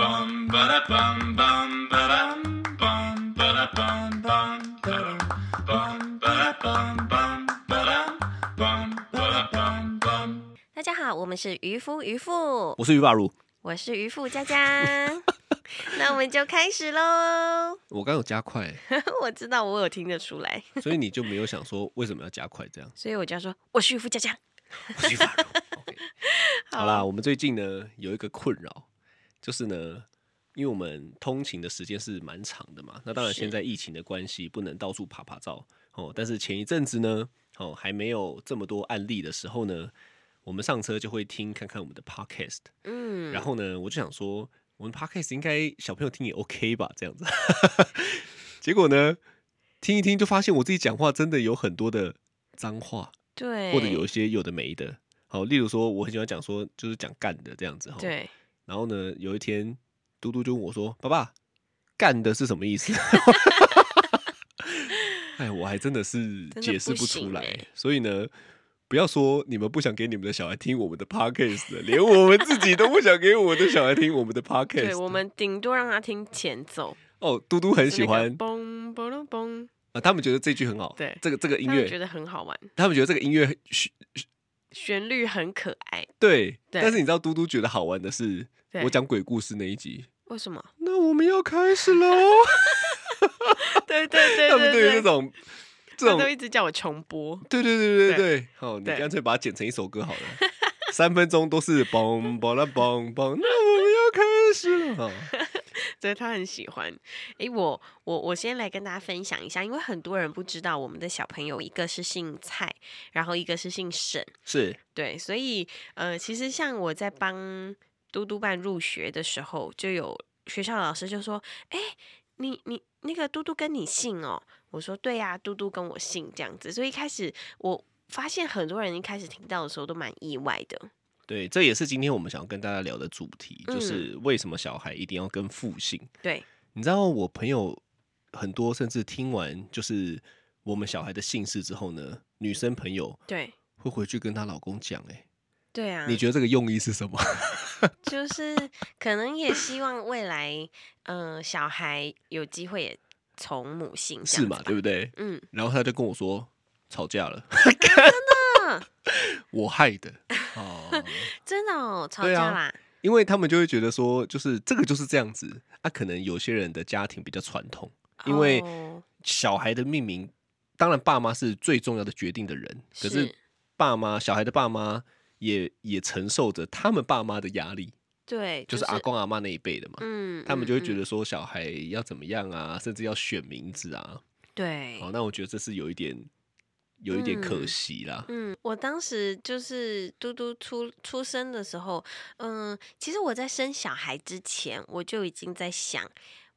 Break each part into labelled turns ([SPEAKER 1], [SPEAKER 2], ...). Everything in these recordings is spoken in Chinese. [SPEAKER 1] bum ba da bum bum ba dum bum ba da bum bum ba dum bum ba da bum bum ba dum bum ba da bum bum.
[SPEAKER 2] 大家好，我们是渔夫渔妇，
[SPEAKER 3] 我是于爸如，
[SPEAKER 2] 我是渔夫佳 佳，那我们就开始喽。
[SPEAKER 3] 我刚有加快，
[SPEAKER 2] 我知道我有听得出来，？
[SPEAKER 3] 所以你就没有想说为什么要加快这样
[SPEAKER 2] 所以我就要说我是渔夫佳佳。
[SPEAKER 3] 我是于爸如。OK 好啦，我们最近呢有一个困扰，就是呢，因为我们通勤的时间是蛮长的嘛，那当然
[SPEAKER 2] 是
[SPEAKER 3] 现在疫情的关系，不能到处爬爬照哦。但是前一阵子呢，哦还没有这么多案例的时候呢，我们上车就会听看看我们的 podcast，
[SPEAKER 2] 嗯，
[SPEAKER 3] 然后呢，我就想说，我们 podcast 应该小朋友听也 OK 吧，这样子。 结果呢，听一听就发现我自己讲话真的有很多的脏话，
[SPEAKER 2] 对，
[SPEAKER 3] 或者有一些有的没的。好，例如说，我很喜欢讲说，就是讲干的这样子哈。。
[SPEAKER 2] 对，
[SPEAKER 3] 然后呢，有一天，嘟嘟就问我说：“爸爸，干的是什么意思？” 哎，我还真的是
[SPEAKER 2] 的
[SPEAKER 3] 解释
[SPEAKER 2] 不
[SPEAKER 3] 出
[SPEAKER 2] 行
[SPEAKER 3] 来，
[SPEAKER 2] 欸
[SPEAKER 3] 所以呢，不要说你们不想给你们的小孩听我们的 podcast，了连我们自己都不想给我们的小孩听我们的 podcast。
[SPEAKER 2] 对我 们顶多让他听前奏，
[SPEAKER 3] 哦，嘟嘟很
[SPEAKER 2] 就
[SPEAKER 3] 喜
[SPEAKER 2] 那个
[SPEAKER 3] 欢
[SPEAKER 2] 嘣嘣嘣嘣，
[SPEAKER 3] 啊，他们觉得这句很好，
[SPEAKER 2] 对
[SPEAKER 3] 这个这个音
[SPEAKER 2] 他们觉
[SPEAKER 3] 乐，
[SPEAKER 2] 得很好玩，
[SPEAKER 3] 他们觉得这个音乐很嘘
[SPEAKER 2] 旋律很可爱。
[SPEAKER 3] 对，
[SPEAKER 2] 对
[SPEAKER 3] 但是你知道嘟嘟觉得好玩的是，
[SPEAKER 2] 对
[SPEAKER 3] 我讲鬼故事那一集，
[SPEAKER 2] 为什 么？
[SPEAKER 3] 那我们要开始喽。
[SPEAKER 2] 对对 对
[SPEAKER 3] 他们
[SPEAKER 2] 对
[SPEAKER 3] 对于
[SPEAKER 2] 对，
[SPEAKER 3] 这种这
[SPEAKER 2] 他
[SPEAKER 3] 种
[SPEAKER 2] 都一直叫我重播。
[SPEAKER 3] 对对对对
[SPEAKER 2] 对
[SPEAKER 3] 对，好，你
[SPEAKER 2] 对
[SPEAKER 3] 干脆把它剪成一 首歌好了，三分钟都是嘣嘣啦嘣嘣，那我们要开始了。 哦
[SPEAKER 2] 对他很喜欢。诶，我我我先来跟大家分享一下，因为很多人不知道我们的小朋友一个是姓蔡，然后一个是姓沈，
[SPEAKER 3] 是
[SPEAKER 2] 对，所以呃，其实像我在帮嘟嘟办入学的时候，就有学校老师就说：“诶，你你那个嘟嘟跟你姓哦。”我说：“对呀、嘟嘟跟我姓这样子。”所以一开始我发现很多人一开始听到的时候都蛮意外的。
[SPEAKER 3] 对，这也是今天我们想要跟大家聊的主题，
[SPEAKER 2] 嗯
[SPEAKER 3] 就是为什么小孩一定要跟父姓。
[SPEAKER 2] 对，
[SPEAKER 3] 你知道我朋友很多，甚至听完就是我们小孩的姓氏之后呢，女生朋友
[SPEAKER 2] 对，
[SPEAKER 3] 会回去跟她老公讲，哎，
[SPEAKER 2] 对啊。
[SPEAKER 3] 你觉得这个用意是 什么？
[SPEAKER 2] 就是可能也希望未来，呃，小孩有机会也从母姓这
[SPEAKER 3] 是
[SPEAKER 2] 样子
[SPEAKER 3] 嘛，
[SPEAKER 2] 吧
[SPEAKER 3] 对不对？
[SPEAKER 2] 嗯，
[SPEAKER 3] 然后他就跟我说吵架 了， 我害 的哦。
[SPEAKER 2] 真的哦，吵
[SPEAKER 3] 对
[SPEAKER 2] 架
[SPEAKER 3] 啊
[SPEAKER 2] 啦，
[SPEAKER 3] 因为他们就会觉得说，就是这个就是这样子。啊，可能有些人的家庭比较传统，因为
[SPEAKER 2] 哦
[SPEAKER 3] 小孩的命名，当然爸妈是最重要的决定的人，可是
[SPEAKER 2] 是
[SPEAKER 3] 爸妈小孩的爸妈也也承受着他们爸妈的压力，
[SPEAKER 2] 对，
[SPEAKER 3] 就是阿，公阿妈那一辈的嘛。
[SPEAKER 2] 嗯，
[SPEAKER 3] 他们就会觉
[SPEAKER 2] 得
[SPEAKER 3] 得说小孩要怎么样啊，甚至要选名字啊。
[SPEAKER 2] 对
[SPEAKER 3] 好，，那我觉得这是有一点有一点可
[SPEAKER 2] 嗯
[SPEAKER 3] 惜啦。
[SPEAKER 2] 嗯，我当时就是嘟嘟出出生的时候，嗯，其实我在生小孩之前，我就已经在想，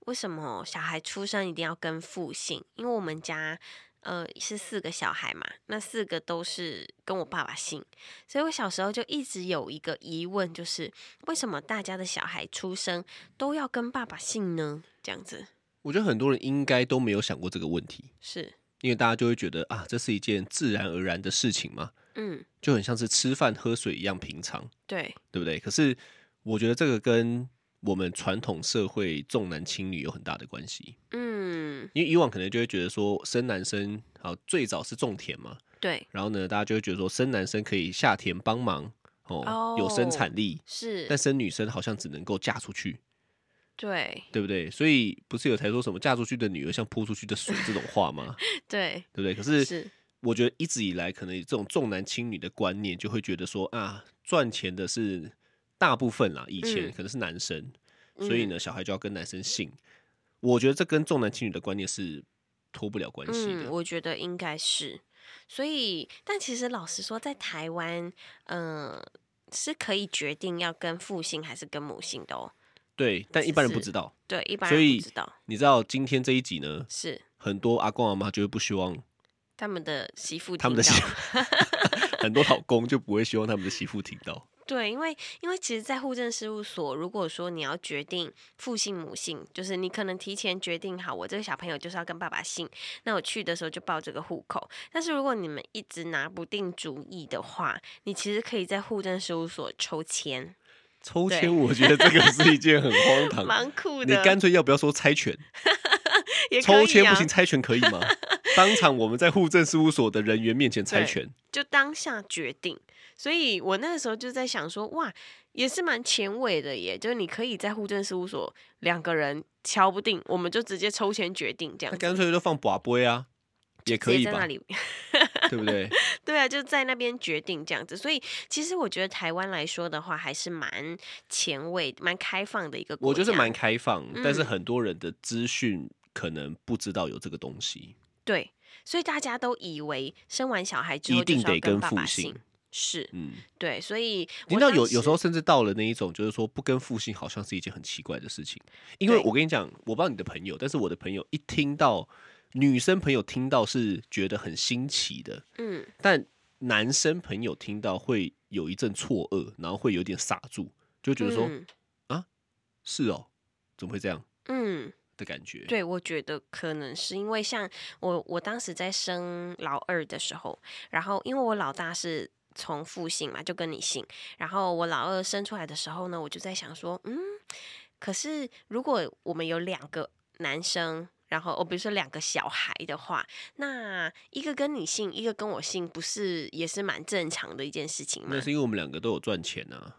[SPEAKER 2] 为什么小孩出生一定要跟父姓？因为我们家呃是四个小孩嘛，那四个都是跟我爸爸姓，所以我小时候就一直有一个疑问，就是为什么大家的小孩出生都要跟爸爸姓呢？这样子
[SPEAKER 3] 我觉得很多人应该都没有想过这个问题，
[SPEAKER 2] 是，
[SPEAKER 3] 因为大家就会觉得啊，这是一件自然而然的事情嘛。
[SPEAKER 2] 嗯，
[SPEAKER 3] 就很像是吃饭喝水一样平常，
[SPEAKER 2] 对，
[SPEAKER 3] 对不对？可是我觉得这个跟我们传统社会重男轻女有很大的关系，
[SPEAKER 2] 嗯，
[SPEAKER 3] 因为以往可能就会觉得说生男生好，最早是种田嘛，
[SPEAKER 2] 对，
[SPEAKER 3] 然后呢，大家就会觉得说生男生可以下田帮忙哦，
[SPEAKER 2] 哦
[SPEAKER 3] 有生产力，
[SPEAKER 2] 是
[SPEAKER 3] 但，生女生好像只能够嫁出去，
[SPEAKER 2] 对，
[SPEAKER 3] 对不对？所以不是有才说什么嫁出去的女儿像泼出去的水这种话 吗？
[SPEAKER 2] 对，
[SPEAKER 3] 对不对？可是
[SPEAKER 2] 是。
[SPEAKER 3] 我觉得一直以来，可能这种重男轻女的观念，就会觉得说啊，赚钱的是大部分啦，以前
[SPEAKER 2] 嗯
[SPEAKER 3] 可能是男生，所以呢，小孩就要跟男生姓。我觉得这跟重男轻女的观念是脱不了关系
[SPEAKER 2] 嗯，
[SPEAKER 3] 的。
[SPEAKER 2] 我觉得应该是。所以，但其实老实说，在台湾，嗯、是可以决定要跟父姓还是跟母姓的哦。
[SPEAKER 3] 对，但一般人不知道。
[SPEAKER 2] 对，一般
[SPEAKER 3] 所
[SPEAKER 2] 人
[SPEAKER 3] 以
[SPEAKER 2] 不知道，
[SPEAKER 3] 你知道今天这一集呢，
[SPEAKER 2] 是
[SPEAKER 3] 很多阿公阿妈就会不希望
[SPEAKER 2] 他们的媳妇
[SPEAKER 3] 他们的
[SPEAKER 2] 听
[SPEAKER 3] 媳
[SPEAKER 2] 到
[SPEAKER 3] 很多老公就不会希望他们的媳妇听到。
[SPEAKER 2] 对，因为因为其实，在户政事务所，如果说你要决定父姓母姓，就是你可能提前决定好，我这个小朋友就是要跟爸爸姓，那我去的时候就报这个户口。但是如果你们一直拿不定主意的话，你其实可以在户政事务所抽签。
[SPEAKER 3] 抽
[SPEAKER 2] 对
[SPEAKER 3] 签，我觉得这个是一件很 荒唐。
[SPEAKER 2] 蛮酷
[SPEAKER 3] 你
[SPEAKER 2] 的。
[SPEAKER 3] 干脆要不要说猜拳？
[SPEAKER 2] 也可
[SPEAKER 3] 抽
[SPEAKER 2] 以
[SPEAKER 3] 签
[SPEAKER 2] 啊
[SPEAKER 3] 不行，猜拳可以吗？当场我们在户政事务所的人员面前猜
[SPEAKER 2] 对
[SPEAKER 3] 拳，
[SPEAKER 2] 就当下决定。所以我那个时候就在想说，哇，也是蛮前卫的耶，就是你可以在户政事务所两个人瞧不定，我们就直接抽签决定这样
[SPEAKER 3] 那
[SPEAKER 2] 子，
[SPEAKER 3] 干脆就放把杯啊，也可
[SPEAKER 2] 直
[SPEAKER 3] 以
[SPEAKER 2] 接在那
[SPEAKER 3] 吧？
[SPEAKER 2] 里，
[SPEAKER 3] 对不对？
[SPEAKER 2] 对啊，就在那边决定这样子。所以其实我觉得台湾来说的话，还是蛮前卫、蛮开放的一个国家。
[SPEAKER 3] 我就是蛮开放，但是
[SPEAKER 2] 嗯
[SPEAKER 3] 很多人的资讯可能不知道有这个东西，
[SPEAKER 2] 对，所以大家都以为生完小孩之后
[SPEAKER 3] 一定
[SPEAKER 2] 就是要
[SPEAKER 3] 得跟
[SPEAKER 2] 爸
[SPEAKER 3] 父
[SPEAKER 2] 爸
[SPEAKER 3] 姓
[SPEAKER 2] 姓。。是
[SPEAKER 3] 嗯，
[SPEAKER 2] 对，所以
[SPEAKER 3] 你
[SPEAKER 2] 我
[SPEAKER 3] 知道
[SPEAKER 2] 当
[SPEAKER 3] 有有
[SPEAKER 2] 时
[SPEAKER 3] 时候甚至到了那一种，就是说不跟父姓好像是一件很奇怪的事情，因为
[SPEAKER 2] 对
[SPEAKER 3] 我跟你讲，我不知道你的朋友，但是我的朋友一听到女生朋友听到是觉得很新奇的，
[SPEAKER 2] 嗯，
[SPEAKER 3] 但男生朋友听到会有一阵错愕，然后会有点傻住，就觉得说、
[SPEAKER 2] 嗯
[SPEAKER 3] 是哦，怎么会这样
[SPEAKER 2] 嗯
[SPEAKER 3] 的感觉？
[SPEAKER 2] 对，我觉得可能是因为像我，我当时在生老二的时候，然后因为我老大是从父姓嘛，就跟你姓，然后我老二生出来的时候呢，我就在想说，嗯，可是如果我们有两个男生。然后，哦，比如说两个小孩的话，那一个跟你姓，一个跟我姓，不是也是蛮正常的一件事情吗？
[SPEAKER 3] 那是因为我们两个都有赚钱啊。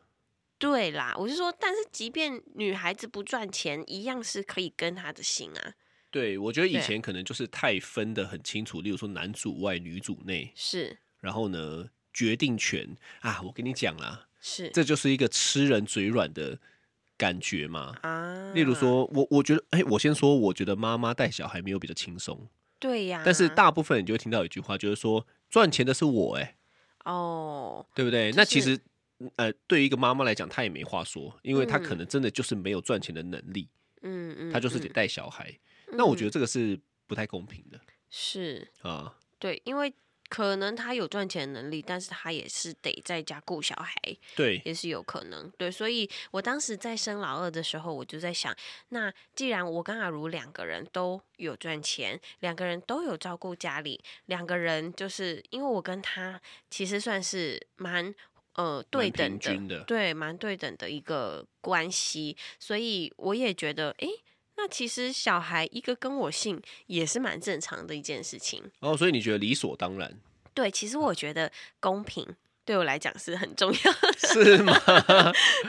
[SPEAKER 2] 对啦，我是说，但是即便女孩子不赚钱，一样是可以跟她的姓啊。
[SPEAKER 3] 对，我觉得以
[SPEAKER 2] 对
[SPEAKER 3] 前可能就是太分得很清楚，例如说男主外女主内，
[SPEAKER 2] 是
[SPEAKER 3] 然后呢决定权啊，我跟你讲啦，
[SPEAKER 2] 是，
[SPEAKER 3] 这就是一个吃人嘴软的感觉嘛。
[SPEAKER 2] 啊，
[SPEAKER 3] 例如，说，我我觉得，哎、我先说，我觉得妈妈带小孩没有比较轻松，
[SPEAKER 2] 对呀、
[SPEAKER 3] 但是大部分你就会听到一句话，就是说赚钱的是我、哎，
[SPEAKER 2] 哦，
[SPEAKER 3] 对不对？
[SPEAKER 2] 就
[SPEAKER 3] 那其
[SPEAKER 2] 是
[SPEAKER 3] 实，呃，对于一个妈妈来讲，她也没话说，因为她可
[SPEAKER 2] 嗯
[SPEAKER 3] 能真的就是没有赚钱的能力，
[SPEAKER 2] 嗯嗯，
[SPEAKER 3] 她就是得
[SPEAKER 2] 嗯、
[SPEAKER 3] 带小孩。那我觉
[SPEAKER 2] 嗯
[SPEAKER 3] 得这个是不太公平的
[SPEAKER 2] 是
[SPEAKER 3] 啊。
[SPEAKER 2] 对，因为可能他有赚钱能力，但是他也是得在家顾小孩，
[SPEAKER 3] 对，
[SPEAKER 2] 也是有可能。对，所以我当时在生老二的时候，我就在想，那既然我跟阿如两个人都有赚钱，两个人都有照顾家里，两个人就是因为我跟他其实算是蛮。呃，对等
[SPEAKER 3] 平均的
[SPEAKER 2] 对，蛮对等的一个关系，所以我也觉得，诶，那其实小孩一个跟我姓也是蛮正常的一件事情。
[SPEAKER 3] 然哦后所以你觉得理所当然
[SPEAKER 2] 对，其实我觉得公平对我来讲是很重要的。
[SPEAKER 3] 是吗？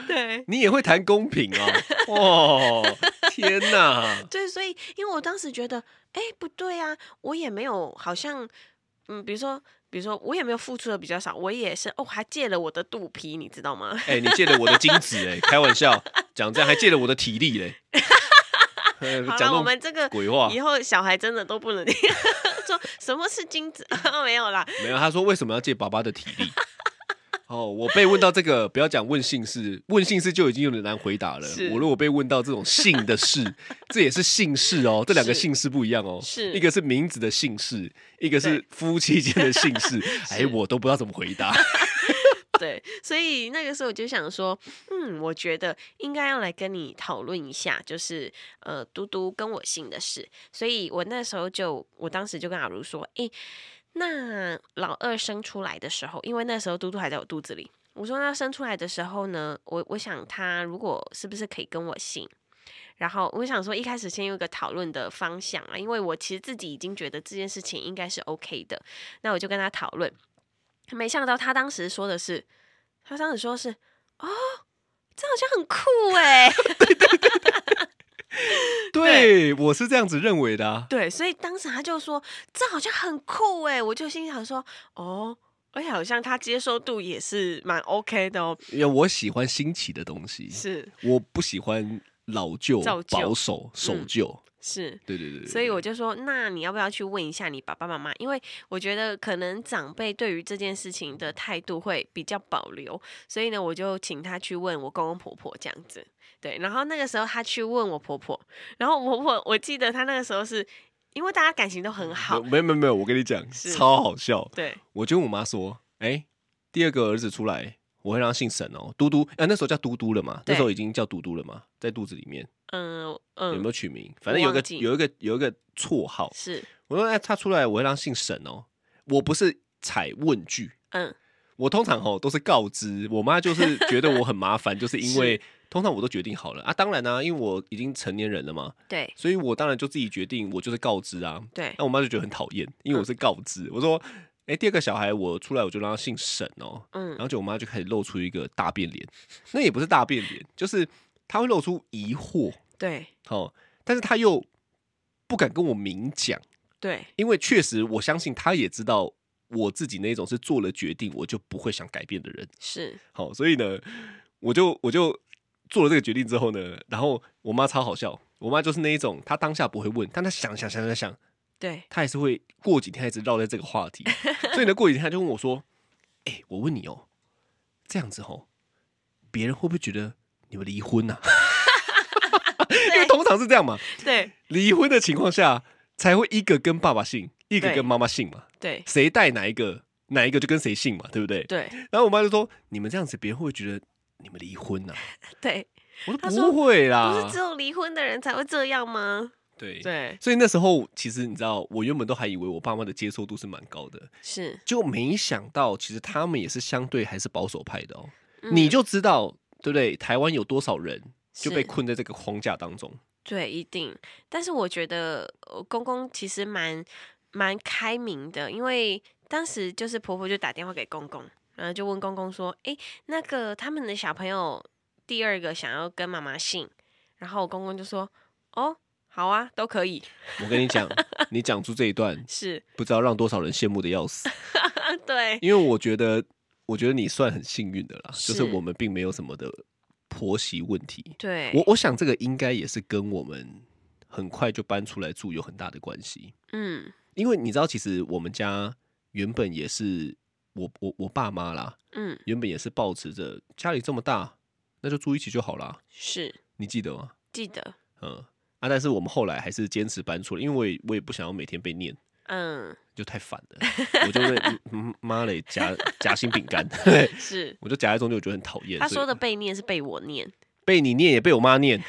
[SPEAKER 2] 对，
[SPEAKER 3] 你也会谈公平啊？哦，天哪！
[SPEAKER 2] 对，所以因为我当时觉得，哎，不对啊，我也没有好像，嗯，比如说，比如说，我也没有付出的比较少，我也是哦，还借了我的肚皮，你知道吗？
[SPEAKER 3] 哎、你借了我的精子、哎，开玩笑，讲这样还借了我的体力 嘞、哎
[SPEAKER 2] 好
[SPEAKER 3] 讲那
[SPEAKER 2] 了，我
[SPEAKER 3] 种
[SPEAKER 2] 们这个
[SPEAKER 3] 鬼话
[SPEAKER 2] 以后小孩真的都不能 说什么是精子， 没有啦，
[SPEAKER 3] 没有，他说为什么要借爸爸的体力？哦，我被问到这个，不要讲问姓氏，问姓氏就已经有点难回答了
[SPEAKER 2] 是。
[SPEAKER 3] 我如果被问到这种姓的事， 这也是姓氏哦，这两个
[SPEAKER 2] 是
[SPEAKER 3] 姓氏不一样哦，
[SPEAKER 2] 是
[SPEAKER 3] 一个是名字的姓氏，一个是
[SPEAKER 2] 对
[SPEAKER 3] 夫妻间的姓氏。哎，我都不知道怎么回答。
[SPEAKER 2] 对，所以那个时候我就想说，嗯，我觉得应该要来跟你讨论一下，就是呃，嘟嘟跟我姓的事。所以我那时候就，我当时就跟阿如说，诶，那老二生出来的时候，因为那时候嘟嘟还在我肚子里，我说那生出来的时候呢，我我想他如果是不是可以跟我姓。然后我想说，一开始先有一个讨论的方向啊，因为我其实自己已经觉得这件事情应该是 OK 的，那我就跟他讨论。没想到他当时说的是，他当时说是，哦，这好像很酷哎，
[SPEAKER 3] 对，我是这样子认为的、啊。
[SPEAKER 2] 对，所以当时他就说这好像很酷哎，我就心想说，哦，而且好像他接受度也是蛮 OK 的哦，
[SPEAKER 3] 因为我喜欢新奇的东西，
[SPEAKER 2] 是
[SPEAKER 3] 我不喜欢老旧
[SPEAKER 2] 造、就嗯
[SPEAKER 3] 保守、守旧。
[SPEAKER 2] 是。
[SPEAKER 3] 对对对对
[SPEAKER 2] 所以
[SPEAKER 3] 对
[SPEAKER 2] 我就说，那你要不要去问一下你爸爸妈妈？因为我觉得可能长辈对于这件事情的态度会比较保留，所以呢，我就请他去问我公公婆婆这样子。对，然后那个时候他去问我婆婆，然后我婆婆我记得她那个时候是因为大家感情都很好，
[SPEAKER 3] 没有没有没有，我跟你讲，
[SPEAKER 2] 是
[SPEAKER 3] 超好笑。
[SPEAKER 2] 对，
[SPEAKER 3] 我就跟我妈说，哎、第二个儿子出来，我会让他姓沈哦，嘟嘟，啊，那时候叫嘟嘟了嘛，那
[SPEAKER 2] 对
[SPEAKER 3] 时候已经叫嘟嘟了嘛，在肚子里面
[SPEAKER 2] 嗯
[SPEAKER 3] 有
[SPEAKER 2] 嗯，
[SPEAKER 3] 没有取名？反正有一
[SPEAKER 2] 忘
[SPEAKER 3] 个
[SPEAKER 2] 记
[SPEAKER 3] 有一个有一个绰号，
[SPEAKER 2] 是
[SPEAKER 3] 我说哎、他出来我会让他姓沈哦，我不是采问句，
[SPEAKER 2] 嗯
[SPEAKER 3] 我通常吼都是告知，我妈就是觉得我很麻烦，就是 因为通常我都决定好了啊。当然啦、因为我已经成年人了嘛，
[SPEAKER 2] 对
[SPEAKER 3] 所以我当然就自己决定，我就是告知啊。
[SPEAKER 2] 对
[SPEAKER 3] 那我妈就觉得很讨厌，因为我是告知，我说，哎、第二个小孩我出来我就让他姓沈哦，然
[SPEAKER 2] 嗯，
[SPEAKER 3] 后就我妈就开始露出一个大变脸，那也不是大变脸，就是她会露出疑惑，
[SPEAKER 2] 对
[SPEAKER 3] 哦，但是她又不敢跟我明讲，
[SPEAKER 2] 对
[SPEAKER 3] 因为确实我相信她也知道我自己那种是做了决定我就不会想改变的人，
[SPEAKER 2] 是，
[SPEAKER 3] 好、所以呢，我就我就做了这个决定之后呢，然后我妈超好笑，我妈就是那一种，她当下不会问，但她想想想想想，
[SPEAKER 2] 对
[SPEAKER 3] 她还是会过几天还一直绕在这个 话题，所以呢，过几天她就问我说：“哎、我问你哦、这样子哦、别人会不会觉得你们离 婚呐、啊？因为通常是这样嘛，
[SPEAKER 2] 对
[SPEAKER 3] 离婚的情况下才会一个跟爸爸姓，一个
[SPEAKER 2] 对
[SPEAKER 3] 跟妈妈姓嘛，
[SPEAKER 2] 对
[SPEAKER 3] 谁带哪一个，哪一个就跟谁姓嘛，对不对？
[SPEAKER 2] 对
[SPEAKER 3] 然后我妈就说：“你们这样子，别人会不会觉得你们离婚呐、
[SPEAKER 2] 对，
[SPEAKER 3] 我
[SPEAKER 2] 她
[SPEAKER 3] 说：“
[SPEAKER 2] 说
[SPEAKER 3] 不
[SPEAKER 2] 不
[SPEAKER 3] 会
[SPEAKER 2] 是
[SPEAKER 3] 啦
[SPEAKER 2] 只，有离婚的人才会这样吗？
[SPEAKER 3] 啊对。
[SPEAKER 2] 对，
[SPEAKER 3] 所以那时候，其实你知道，我原本都还以为我爸妈的接受度是蛮高的，
[SPEAKER 2] 是
[SPEAKER 3] 就没想到，其实他们也是相对还是保守派的哦。
[SPEAKER 2] 嗯
[SPEAKER 3] 你就知道，对不对？台湾有多少人就被
[SPEAKER 2] 是
[SPEAKER 3] 困在这个框架当中？
[SPEAKER 2] 对，一定。但是我觉得呃公公其实蛮蛮开明的，因为当时就是婆婆就打电话给公公，然后就问公公说：“诶，那个他们的小朋友第二个想要跟妈妈姓。”然后我公公就说：“哦，好啊，都可以。
[SPEAKER 3] 我跟你讲，你讲出这一段，
[SPEAKER 2] 是”
[SPEAKER 3] 不知道让多少人羡慕的要死。
[SPEAKER 2] 是，对，
[SPEAKER 3] 因为我觉得，我觉得你算很幸运的啦，就是
[SPEAKER 2] 是
[SPEAKER 3] 我们并没有什么的婆媳问题。
[SPEAKER 2] 对，
[SPEAKER 3] 我我想这个应该也是跟我们很快就搬出来住有很大的关系，
[SPEAKER 2] 嗯
[SPEAKER 3] 因为你知道，其实我们家原本也是我我我爸妈啦，
[SPEAKER 2] 嗯，
[SPEAKER 3] 原本也是抱持着家里这么大，那就住一起就好啦，
[SPEAKER 2] 是
[SPEAKER 3] 你记得吗？
[SPEAKER 2] 记得，
[SPEAKER 3] 嗯啊，但是我们后来还是坚持搬出来，因为我也我也不想要每天被念。
[SPEAKER 2] 嗯，
[SPEAKER 3] 就太烦了，我就会嗯妈嘞夹夹心饼干， 对
[SPEAKER 2] 是。
[SPEAKER 3] 我就夹在中间，我觉得很讨厌。
[SPEAKER 2] 他
[SPEAKER 3] 所以
[SPEAKER 2] 说的被念是被我念，
[SPEAKER 3] 被你念也被我妈念，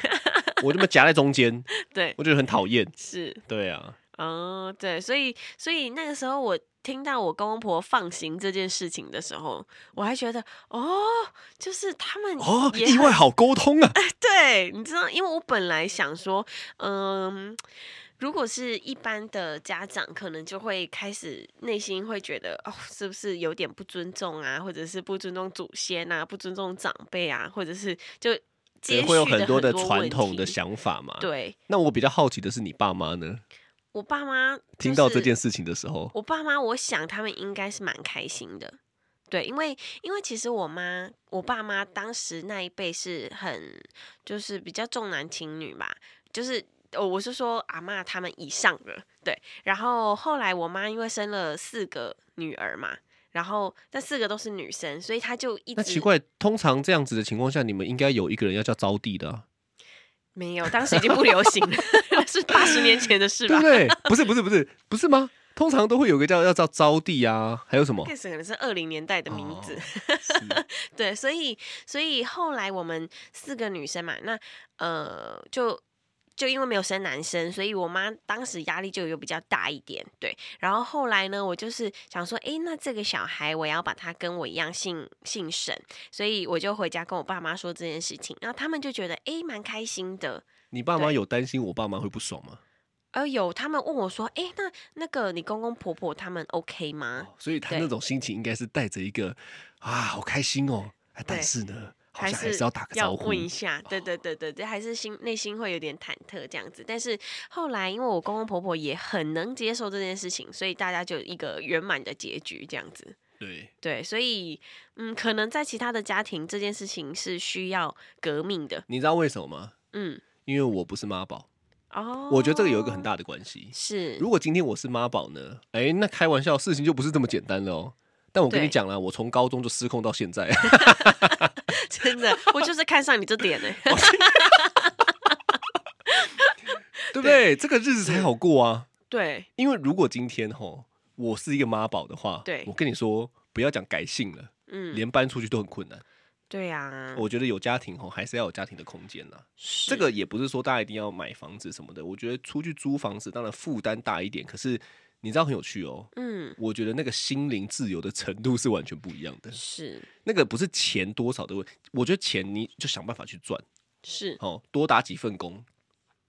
[SPEAKER 3] 我这么夹在中间，
[SPEAKER 2] 对，
[SPEAKER 3] 我觉得很讨厌。
[SPEAKER 2] 是。
[SPEAKER 3] 对啊，
[SPEAKER 2] 哦，对，所以所以那个时候我听到我公公婆婆放行这件事情的时候，我还觉得哦，就是他们
[SPEAKER 3] 哦，
[SPEAKER 2] 嗯也
[SPEAKER 3] 意
[SPEAKER 2] 很
[SPEAKER 3] 外好沟通 啊！
[SPEAKER 2] 对，你知道，因为我本来想说，嗯，如果是一般的家长，可能就会开始内心会觉得，哦，是不是有点不尊重啊，或者是不尊重祖先啊，不尊重长辈啊，或者是就接
[SPEAKER 3] 对
[SPEAKER 2] 续
[SPEAKER 3] 会有
[SPEAKER 2] 的
[SPEAKER 3] 多的
[SPEAKER 2] 问
[SPEAKER 3] 传统的
[SPEAKER 2] 题。
[SPEAKER 3] 想法嘛。，
[SPEAKER 2] 对
[SPEAKER 3] 那我比较好奇的是，你爸妈呢？
[SPEAKER 2] 我爸妈、
[SPEAKER 3] 听到这
[SPEAKER 2] 件。
[SPEAKER 3] 件事情的时候，
[SPEAKER 2] 我爸妈，我想他们应该是蛮开心的，对，因为因为其实我妈、我爸妈当时那一辈是很就是比较重男轻女吧，就是哦，我是说阿嬷他们以上的，对，然后后来我妈因为生了四个女儿嘛，然后那四个都是女生，所以她就一直
[SPEAKER 3] 那奇怪，通常这样子的情况下，你们应该有一个人要叫招娣的啊、
[SPEAKER 2] 没有，当时已经不流 行了， 那是八十年前的事
[SPEAKER 3] 对
[SPEAKER 2] 吧
[SPEAKER 3] 不？对？不是，不是，不是，不是吗？通常都会有一个叫要叫招娣啊，还有什么？
[SPEAKER 2] 那可能是二零年代的名字
[SPEAKER 3] 哦，是
[SPEAKER 2] 对，所以所以后来我们四个女生嘛，那呃就。就因为没有生男生，所以我妈当时压力就有比较大一点，对。然后后来呢，我就是想说，诶，那这个小孩我要把他跟我一样姓姓沈，所以我就回家跟我爸妈说这件事情，然后他们就觉得，诶，蛮开心的。
[SPEAKER 3] 你爸妈
[SPEAKER 2] 对
[SPEAKER 3] 有担心我爸妈会不爽吗？
[SPEAKER 2] 而有他们问我说，诶，那那个你公公婆婆他们 OK 吗？
[SPEAKER 3] 哦所以他
[SPEAKER 2] 对
[SPEAKER 3] 那种心情应该是带着一个啊，好开心哦，啊但
[SPEAKER 2] 对
[SPEAKER 3] 是呢，好
[SPEAKER 2] 还
[SPEAKER 3] 像还是要打个招呼哦
[SPEAKER 2] 问。一下，对对对对对，还是心内心会有点忐忑这样子。但是后来，因为我公公婆婆也很能接受这件事情，所以大家就有一个圆满的结局这样子。
[SPEAKER 3] 对，
[SPEAKER 2] 对，所以嗯，可能在其他的家庭，这件事情是需要革命的。
[SPEAKER 3] 你知道为什么吗？
[SPEAKER 2] 嗯，
[SPEAKER 3] 因为我不是妈宝，
[SPEAKER 2] 哦，
[SPEAKER 3] 我觉得这个有一个很大的关系。
[SPEAKER 2] 是，
[SPEAKER 3] 如果今天我是妈宝呢？哎，那开玩笑，事情就不是这么简单了哦。但我跟你
[SPEAKER 2] 对
[SPEAKER 3] 讲啦，我从高中就失控到现在，
[SPEAKER 2] 真的，我就是看上你这点呢、
[SPEAKER 3] 对不对？这个日子才好过啊。
[SPEAKER 2] 对
[SPEAKER 3] 因为如果今天吼我是一个妈宝的话，
[SPEAKER 2] 对
[SPEAKER 3] 我跟你说，不要讲改姓了，
[SPEAKER 2] 嗯，
[SPEAKER 3] 连搬出去都很困难。
[SPEAKER 2] 对啊，
[SPEAKER 3] 我觉得有家庭吼还是要有家庭的空间啦。
[SPEAKER 2] 是
[SPEAKER 3] 这个也不是说大家一定要买房子什么的，我觉得出去租房子当然负担大一点，可是你知道很有趣哦。
[SPEAKER 2] 嗯，
[SPEAKER 3] 我觉得那个心灵自由的程度是完全不一样的，
[SPEAKER 2] 是
[SPEAKER 3] 那个不是钱多少的问题，我觉得钱你就想办法去赚，
[SPEAKER 2] 是，
[SPEAKER 3] 哦，多打几份工，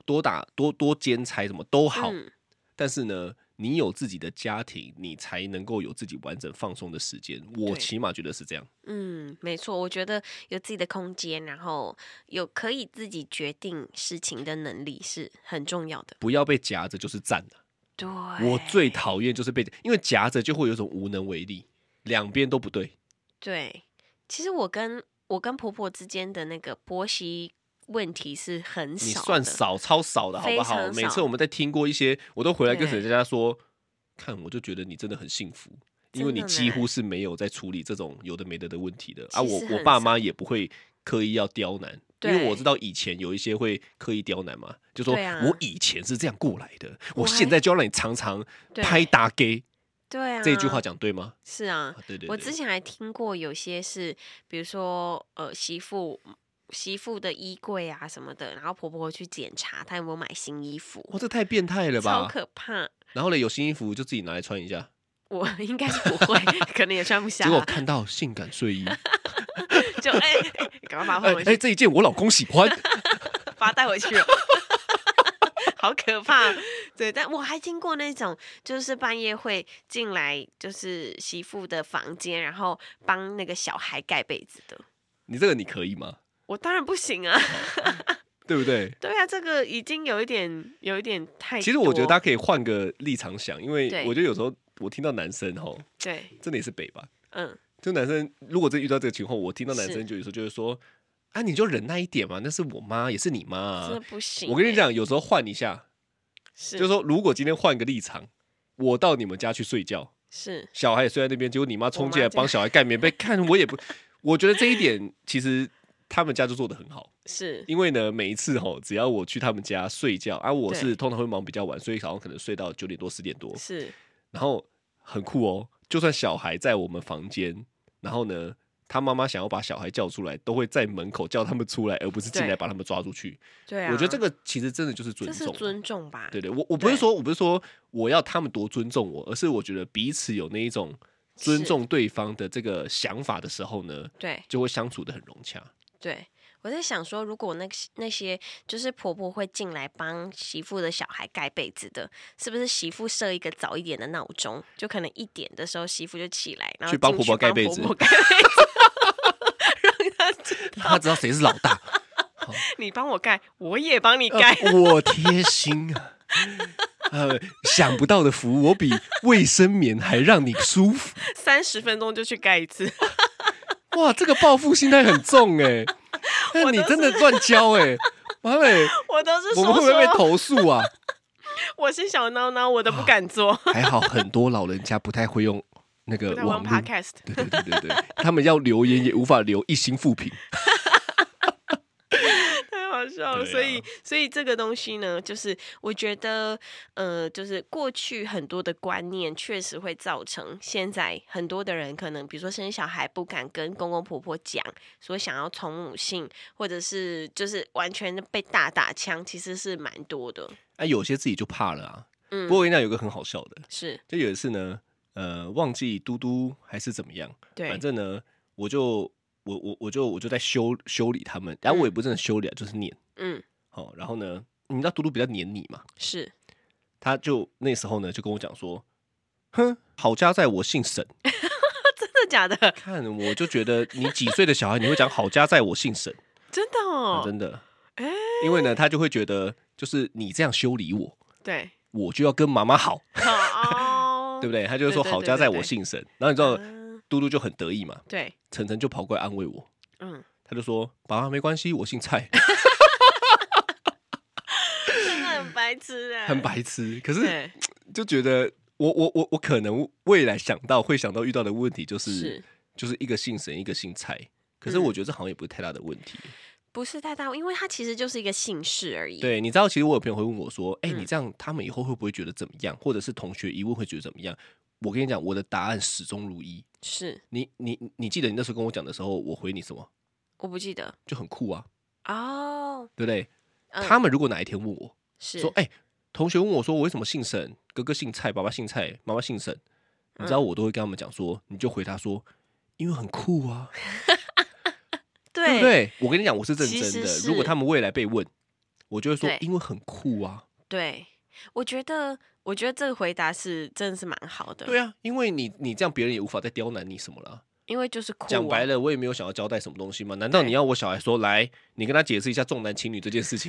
[SPEAKER 3] 多打多多兼差什么都好，
[SPEAKER 2] 嗯
[SPEAKER 3] 但是呢，你有自己的家庭，你才能够有自己完整放松的时间。我
[SPEAKER 2] 对
[SPEAKER 3] 起码觉得是这样。
[SPEAKER 2] 嗯，没错，我觉得有自己的空间，然后有可以自己决定事情的能力是很重要的。
[SPEAKER 3] 不要被夹着就是赞的。
[SPEAKER 2] 对，
[SPEAKER 3] 我最
[SPEAKER 2] 哎
[SPEAKER 3] 讨厌就是被，因为夹着就会有一种无能为力，两边都不对。
[SPEAKER 2] 对，其实我跟我跟婆婆之间的那个婆媳问题是很
[SPEAKER 3] 你
[SPEAKER 2] 少的，
[SPEAKER 3] 算少，超少的好不
[SPEAKER 2] 非
[SPEAKER 3] 好？
[SPEAKER 2] 常少
[SPEAKER 3] 每次我们在听过一些，我都回来跟
[SPEAKER 2] 对
[SPEAKER 3] 沈佳佳说，看我就觉得你真的很幸福，因为
[SPEAKER 2] 真的
[SPEAKER 3] 你几
[SPEAKER 2] 呢
[SPEAKER 3] 乎是没有在处理这种有的没的的问题的啊。
[SPEAKER 2] 其
[SPEAKER 3] 我
[SPEAKER 2] 实
[SPEAKER 3] 我
[SPEAKER 2] 很
[SPEAKER 3] 爸
[SPEAKER 2] 少
[SPEAKER 3] 妈也不会刻意要刁难。因为
[SPEAKER 2] 对
[SPEAKER 3] 我知道以前有一些会刻意刁难嘛，就说
[SPEAKER 2] 对啊
[SPEAKER 3] 我以前是这样过来的，我
[SPEAKER 2] 我
[SPEAKER 3] 现
[SPEAKER 2] 还
[SPEAKER 3] 在就要让你尝尝
[SPEAKER 2] 对
[SPEAKER 3] 拍打给
[SPEAKER 2] 对啊，
[SPEAKER 3] 这句话讲对吗？
[SPEAKER 2] 是啊
[SPEAKER 3] 啊，对对对，
[SPEAKER 2] 我之前还听过有些是，比如说呃媳妇媳妇的衣柜啊什么的，然后婆婆去检查她有没有买新衣服，
[SPEAKER 3] 哇，这太变态了
[SPEAKER 2] 超
[SPEAKER 3] 吧！
[SPEAKER 2] 可怕。
[SPEAKER 3] 然后呢，有新衣服就自己拿来穿一下，
[SPEAKER 2] 我 应该是不会，可能也穿不下
[SPEAKER 3] 结果
[SPEAKER 2] 啦，
[SPEAKER 3] 看到性感睡 衣，
[SPEAKER 2] 哦就哎，赶、快把它
[SPEAKER 3] 哎
[SPEAKER 2] 放回去，
[SPEAKER 3] 哎，这一件我老公喜欢，
[SPEAKER 2] 把它带回去了。 好可怕，对，但我还听过那种，就是半夜会进来，就是媳妇的房间，然后帮那个小孩盖被子的。
[SPEAKER 3] 你这个你可以吗？
[SPEAKER 2] 我当然不行啊，
[SPEAKER 3] 对不对？
[SPEAKER 2] 对啊，这个已经有一点，有一点太多。
[SPEAKER 3] 其实我觉得大家可以换个立场想，因为
[SPEAKER 2] 对
[SPEAKER 3] 我觉得有时候我听到男生吼，
[SPEAKER 2] 对，
[SPEAKER 3] 真的也是北吧，
[SPEAKER 2] 嗯，
[SPEAKER 3] 就男生如果真遇到这个情况，我听到男
[SPEAKER 2] 是
[SPEAKER 3] 生就有时候就会说，啊，你就忍耐一点嘛，那是我妈，也是你妈
[SPEAKER 2] 真的
[SPEAKER 3] 啊。
[SPEAKER 2] 不行欸、
[SPEAKER 3] 我跟你讲，有时候换一下，
[SPEAKER 2] 是，
[SPEAKER 3] 就是说如果今天换个立场，我到你们家去睡觉，
[SPEAKER 2] 是
[SPEAKER 3] 小孩也睡在那边，结果你妈冲进
[SPEAKER 2] 我妈这
[SPEAKER 3] 来
[SPEAKER 2] 样
[SPEAKER 3] 帮小孩盖 棉被，看我也不，我觉得这一点其实他们家就做的很好，
[SPEAKER 2] 是，
[SPEAKER 3] 因为呢，每一次吼，只要我去他们家睡觉啊，我
[SPEAKER 2] 对
[SPEAKER 3] 是通常会忙比较晚，所以好像可能睡到九点多十点多，
[SPEAKER 2] 是
[SPEAKER 3] 然后很酷哦，就算小孩在我们房间，然后呢。他妈妈想要把小孩叫出来，都会在门口叫他们出来，而不是进
[SPEAKER 2] 对
[SPEAKER 3] 来把他们抓出去。
[SPEAKER 2] 对啊。
[SPEAKER 3] 我觉得这
[SPEAKER 2] 个
[SPEAKER 3] 个其实真的就是尊
[SPEAKER 2] 这
[SPEAKER 3] 重，啊
[SPEAKER 2] 是尊重吧？
[SPEAKER 3] 对对，我我不是
[SPEAKER 2] 对
[SPEAKER 3] 说我不是说我要他们多尊重我，而是我觉得彼此有那一种尊
[SPEAKER 2] 是
[SPEAKER 3] 重对方的这个想法的时候呢，
[SPEAKER 2] 对
[SPEAKER 3] 就会相处的很 融洽。
[SPEAKER 2] 对，我在想说，如果那个那些就是婆婆会进来帮媳妇的小孩盖被子的，是不是媳妇设一个早一点的闹钟，就可能一点的时候媳妇就起来，然后
[SPEAKER 3] 去帮
[SPEAKER 2] 进
[SPEAKER 3] 婆婆盖
[SPEAKER 2] 帮
[SPEAKER 3] 被
[SPEAKER 2] 婆
[SPEAKER 3] 子
[SPEAKER 2] 婆盖被子 让她知
[SPEAKER 3] 他知道谁是老大，
[SPEAKER 2] 你帮我盖，我也帮你
[SPEAKER 3] 呃
[SPEAKER 2] 盖。
[SPEAKER 3] 我贴心 啊。呃，想不到的服务，我比卫生棉还让你舒服。
[SPEAKER 2] 三十分钟就去盖一次，
[SPEAKER 3] 哇，这个报复心态很重哎、那
[SPEAKER 2] 我
[SPEAKER 3] 你
[SPEAKER 2] 都
[SPEAKER 3] 真的乱教 哎、妈嘞，
[SPEAKER 2] 我都是说
[SPEAKER 3] 我们会不会被
[SPEAKER 2] 说，
[SPEAKER 3] 投诉 啊？
[SPEAKER 2] 我是小孬孬，我都不敢做，
[SPEAKER 3] 还好很多老人家不太会用那个
[SPEAKER 2] 不太玩
[SPEAKER 3] 网络
[SPEAKER 2] podcast。
[SPEAKER 3] 对对对对对，他们要留言也无法留一星复评。
[SPEAKER 2] 太好笑了。
[SPEAKER 3] 对
[SPEAKER 2] 所以
[SPEAKER 3] 啊，
[SPEAKER 2] 所以这个东西呢，就是我觉得，呃，就是过去很多的观念确实会造成现在很多的人可能，比如说生小孩不敢跟公公婆婆讲，说想要从母性，或者是就是完全被大打枪，其实是蛮多的。
[SPEAKER 3] 啊，有些自己就怕了啊。
[SPEAKER 2] 嗯
[SPEAKER 3] 不过我跟你讲，有一个很好笑的，
[SPEAKER 2] 是
[SPEAKER 3] 就有一次呢，呃，忘记嘟嘟还是怎么样，
[SPEAKER 2] 对
[SPEAKER 3] 反，正呢，我就我我我就我就在修修理他们，然后我也不是真的修理啊，就是念。
[SPEAKER 2] 嗯，
[SPEAKER 3] 好、然后呢，你知道嘟嘟比较黏你嘛，
[SPEAKER 2] 是
[SPEAKER 3] 他就那时候呢就跟我讲说，哼，好家在我姓沈，
[SPEAKER 2] 真的假的？
[SPEAKER 3] 看我就觉得你几岁的小孩你会讲好家在我姓沈，
[SPEAKER 2] 真的
[SPEAKER 3] 啊
[SPEAKER 2] 哦，
[SPEAKER 3] 真的
[SPEAKER 2] 哎，
[SPEAKER 3] 因为呢他就会觉得就是你这样修理我，
[SPEAKER 2] 对，哦
[SPEAKER 3] 我就要跟妈妈好。
[SPEAKER 2] 好，
[SPEAKER 3] 对不呃对？他就是说
[SPEAKER 2] 哦对对
[SPEAKER 3] 好
[SPEAKER 2] 对
[SPEAKER 3] 家
[SPEAKER 2] 对
[SPEAKER 3] 在
[SPEAKER 2] 对
[SPEAKER 3] 我姓沈，然后你知道
[SPEAKER 2] 啊
[SPEAKER 3] 嘟嘟就很得意嘛，
[SPEAKER 2] 对，
[SPEAKER 3] 晨晨就跑过来安慰我，
[SPEAKER 2] 嗯，
[SPEAKER 3] 他就说爸爸没关系，我姓蔡，
[SPEAKER 2] 真的很白痴哎，
[SPEAKER 3] 很，白痴，可是
[SPEAKER 2] 对，
[SPEAKER 3] 就觉得我我我我可能未来想到会想到遇到的问题就是
[SPEAKER 2] 是
[SPEAKER 3] 就是一个姓沈，一个姓蔡。可是
[SPEAKER 2] 嗯
[SPEAKER 3] 我觉得这好像也不是太大的问题。
[SPEAKER 2] 不是太大，因为它其实就是一个姓氏而已。，
[SPEAKER 3] 对，你知道，其实我有朋友会问我说：“哎、
[SPEAKER 2] 嗯
[SPEAKER 3] 你这样他们以后会不会觉得怎么样？”或者是同学一问会觉得怎么样？我跟你讲，我的答案始终如一。
[SPEAKER 2] 是
[SPEAKER 3] 你你你你记得你那时候跟我讲的时候，我回你什么？
[SPEAKER 2] 我不记得
[SPEAKER 3] 就很酷啊，
[SPEAKER 2] 哦，
[SPEAKER 3] 对不对？
[SPEAKER 2] 嗯
[SPEAKER 3] 他们如果哪一天问我
[SPEAKER 2] 是
[SPEAKER 3] 说：“哎、同同学问我说我为什么姓沈，哥哥姓蔡，爸爸姓蔡，妈妈姓沈，你
[SPEAKER 2] 嗯
[SPEAKER 3] 知道我都会跟他们讲说，你就回答说，因为很酷啊，对
[SPEAKER 2] 对
[SPEAKER 3] 不对？我跟你讲，我是认
[SPEAKER 2] 其
[SPEAKER 3] 真
[SPEAKER 2] 实
[SPEAKER 3] 的。
[SPEAKER 2] 是
[SPEAKER 3] 如果他们未来被问，我就会说
[SPEAKER 2] 对，
[SPEAKER 3] 因为很酷啊，
[SPEAKER 2] 对我觉得，我觉得这个回答是真的是蛮好的，
[SPEAKER 3] 对啊，因为你你这样别人也无法再刁难你什么了。
[SPEAKER 2] 因为就是酷、啊，
[SPEAKER 3] 讲白了，我也没有想要交代什么东西嘛。难道你
[SPEAKER 2] 对
[SPEAKER 3] 要我小孩说来，你跟他解释一下重男轻女这件事情？。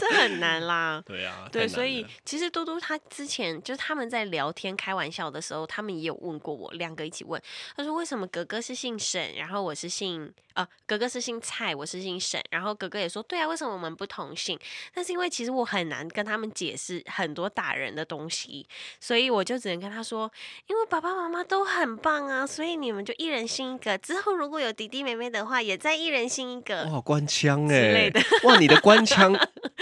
[SPEAKER 2] 这很难啦
[SPEAKER 3] 对啊，太
[SPEAKER 2] 对，
[SPEAKER 3] 难
[SPEAKER 2] 所以
[SPEAKER 3] 了
[SPEAKER 2] 其实嘟嘟他之前就是他们在聊天开玩笑的时候，他们也有问过我，两个一起问，他说为什么格格是姓沈，然后我是姓呃格格是姓蔡，我是姓沈，然后格格也说对啊，为什么我们不同姓？但是因为其实我很难跟他们解释很多打人的东西，所以我就只能跟他说，因为爸爸妈妈都很棒啊，所以你们就一人姓一个，之后如果有弟弟妹妹的话，也再一人姓一个，
[SPEAKER 3] 哇，官腔
[SPEAKER 2] 之
[SPEAKER 3] 哎、
[SPEAKER 2] 类的
[SPEAKER 3] 哇，你的官腔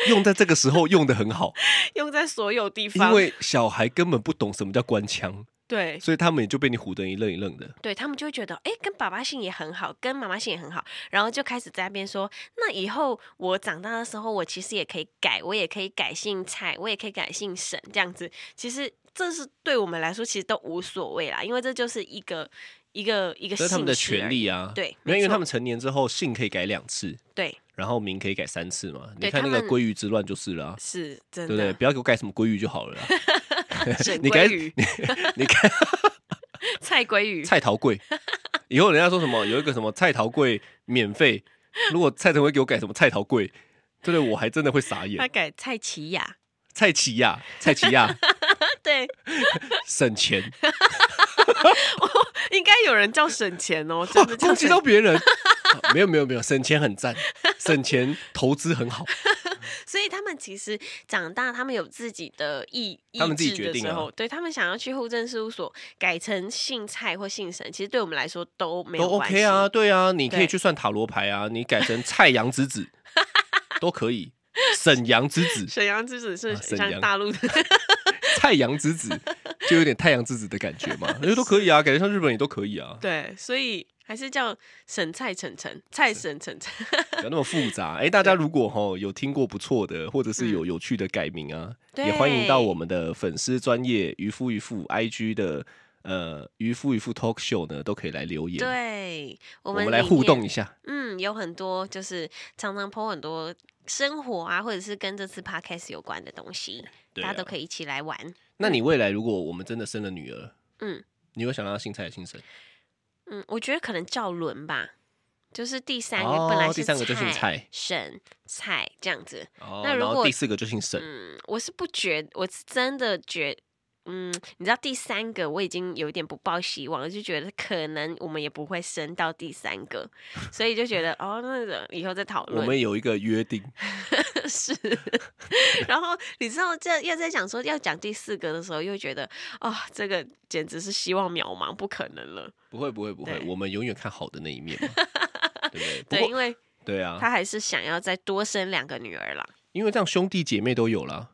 [SPEAKER 3] 用在这个时候用的很好，
[SPEAKER 2] 用在所有地
[SPEAKER 3] 因
[SPEAKER 2] 方，
[SPEAKER 3] 为小孩根本不懂什么叫官腔，
[SPEAKER 2] 对，
[SPEAKER 3] 所以他们也就被你唬得一愣一愣的。
[SPEAKER 2] 对他们就会觉得，哎，跟爸爸姓也很好，跟妈妈姓也很好，然后就开始在那边说，那以后我长大的时候，我其实也可以改，我也可以改姓蔡，我也可以改姓沈，这样子，其实这是对我们来说其实都无所谓啦，因为这就是一个一个一个
[SPEAKER 3] 这是他
[SPEAKER 2] 姓
[SPEAKER 3] 们的
[SPEAKER 2] 氏
[SPEAKER 3] 权
[SPEAKER 2] 呃而已，
[SPEAKER 3] 利啊。
[SPEAKER 2] 对
[SPEAKER 3] 没有
[SPEAKER 2] 没
[SPEAKER 3] 因为他
[SPEAKER 2] 错
[SPEAKER 3] 们成年之后姓可以改两次，
[SPEAKER 2] 对，
[SPEAKER 3] 然后名可以改三次嘛。你
[SPEAKER 2] 对
[SPEAKER 3] 看那
[SPEAKER 2] 他
[SPEAKER 3] 个
[SPEAKER 2] 们
[SPEAKER 3] 鲑鱼之乱就是了啊、
[SPEAKER 2] 是真
[SPEAKER 3] 对不对？
[SPEAKER 2] 的，
[SPEAKER 3] 不要给我改什么鲑鱼就好 了啦。啊
[SPEAKER 2] 沈
[SPEAKER 3] 你改
[SPEAKER 2] 鲑鱼、
[SPEAKER 3] 你看
[SPEAKER 2] 蔡鲑鱼，
[SPEAKER 3] 菜桃贵，以后人家说什么有一个什么菜桃贵免费，如果蔡成辉给我改什么菜桃贵，对对，我还真的会傻
[SPEAKER 2] 他
[SPEAKER 3] 眼。
[SPEAKER 2] 改蔡奇雅，
[SPEAKER 3] 蔡奇亚，蔡奇亚
[SPEAKER 2] 对，
[SPEAKER 3] 省钱，
[SPEAKER 2] 应该有人叫沈钱哦，真
[SPEAKER 3] 哦
[SPEAKER 2] 的，叫
[SPEAKER 3] 攻击
[SPEAKER 2] 沈
[SPEAKER 3] 到别人。啊没有没有没有，省钱很赞，省钱投资很好。
[SPEAKER 2] 所以他们其实长大，他们有自己的意，
[SPEAKER 3] 他们自己
[SPEAKER 2] 意志
[SPEAKER 3] 决定
[SPEAKER 2] 的时
[SPEAKER 3] 啊
[SPEAKER 2] 候，对他们想要去户政事务所改成姓蔡或姓沈，其实对我们来说都 没
[SPEAKER 3] 都
[SPEAKER 2] 有关系
[SPEAKER 3] OK 啊，。对啊，你可以
[SPEAKER 2] 对
[SPEAKER 3] 去算塔罗牌啊，你改成蔡阳之 子都可以，沈阳之 子、
[SPEAKER 2] 沈阳之子是
[SPEAKER 3] 啊沈阳
[SPEAKER 2] 像大陆的，
[SPEAKER 3] 蔡阳之子，就有点太阳之子的感觉 嘛，因为都可以啊，改成像日本也都可以啊，
[SPEAKER 2] 对，所以还是叫沈蔡晨晨，蔡沈晨晨。
[SPEAKER 3] 不要那么复杂。哎，大家如果哈有听过不错的，或者是有有趣的改名啊，
[SPEAKER 2] 对
[SPEAKER 3] 也欢迎到我们的粉丝专业渔夫渔夫 IG 的呃渔夫渔夫 Talk Show 呢，都可以来留言，
[SPEAKER 2] 对，我
[SPEAKER 3] 我
[SPEAKER 2] 们
[SPEAKER 3] 们来
[SPEAKER 2] 里
[SPEAKER 3] 互
[SPEAKER 2] 面
[SPEAKER 3] 动一下。
[SPEAKER 2] 嗯，有很多就是常常 po 很多生活啊，或者是跟这次 podcast 有关的东西，
[SPEAKER 3] 对
[SPEAKER 2] 大
[SPEAKER 3] 啊
[SPEAKER 2] 家都可以一起来玩。
[SPEAKER 3] 那你未来如果我们真的生了女儿，
[SPEAKER 2] 嗯，
[SPEAKER 3] 你会想让她姓蔡还是姓沈？
[SPEAKER 2] 嗯，我觉得可能赵伦吧，就是第三个、
[SPEAKER 3] 哦
[SPEAKER 2] 本来
[SPEAKER 3] 第三个就姓蔡
[SPEAKER 2] 蔡、沈、蔡这样子。
[SPEAKER 3] 哦，
[SPEAKER 2] 那如
[SPEAKER 3] 然后
[SPEAKER 2] 果
[SPEAKER 3] 第四个就姓沈，
[SPEAKER 2] 嗯，我是不觉，我是真的觉，嗯，你知道第三个我已经有一点不抱希望了，就觉得可能我们也不会升到第三个，所以就觉得哦，那个以后再讨
[SPEAKER 3] 我
[SPEAKER 2] 论。
[SPEAKER 3] 们有一个约定，
[SPEAKER 2] 是， 然后你知道这又在讲说要讲第四个的时候，又觉得啊、哦，这个简直是希望渺茫，不可能了。
[SPEAKER 3] 不会不会不会，
[SPEAKER 2] 对
[SPEAKER 3] 我们永远看好的那一面 嘛，对不对？
[SPEAKER 2] 对，
[SPEAKER 3] 不
[SPEAKER 2] 因
[SPEAKER 3] 过
[SPEAKER 2] 为
[SPEAKER 3] 对啊
[SPEAKER 2] 他，还是想要再多生两个女儿啦。
[SPEAKER 3] 因为这样兄弟姐妹都有啦，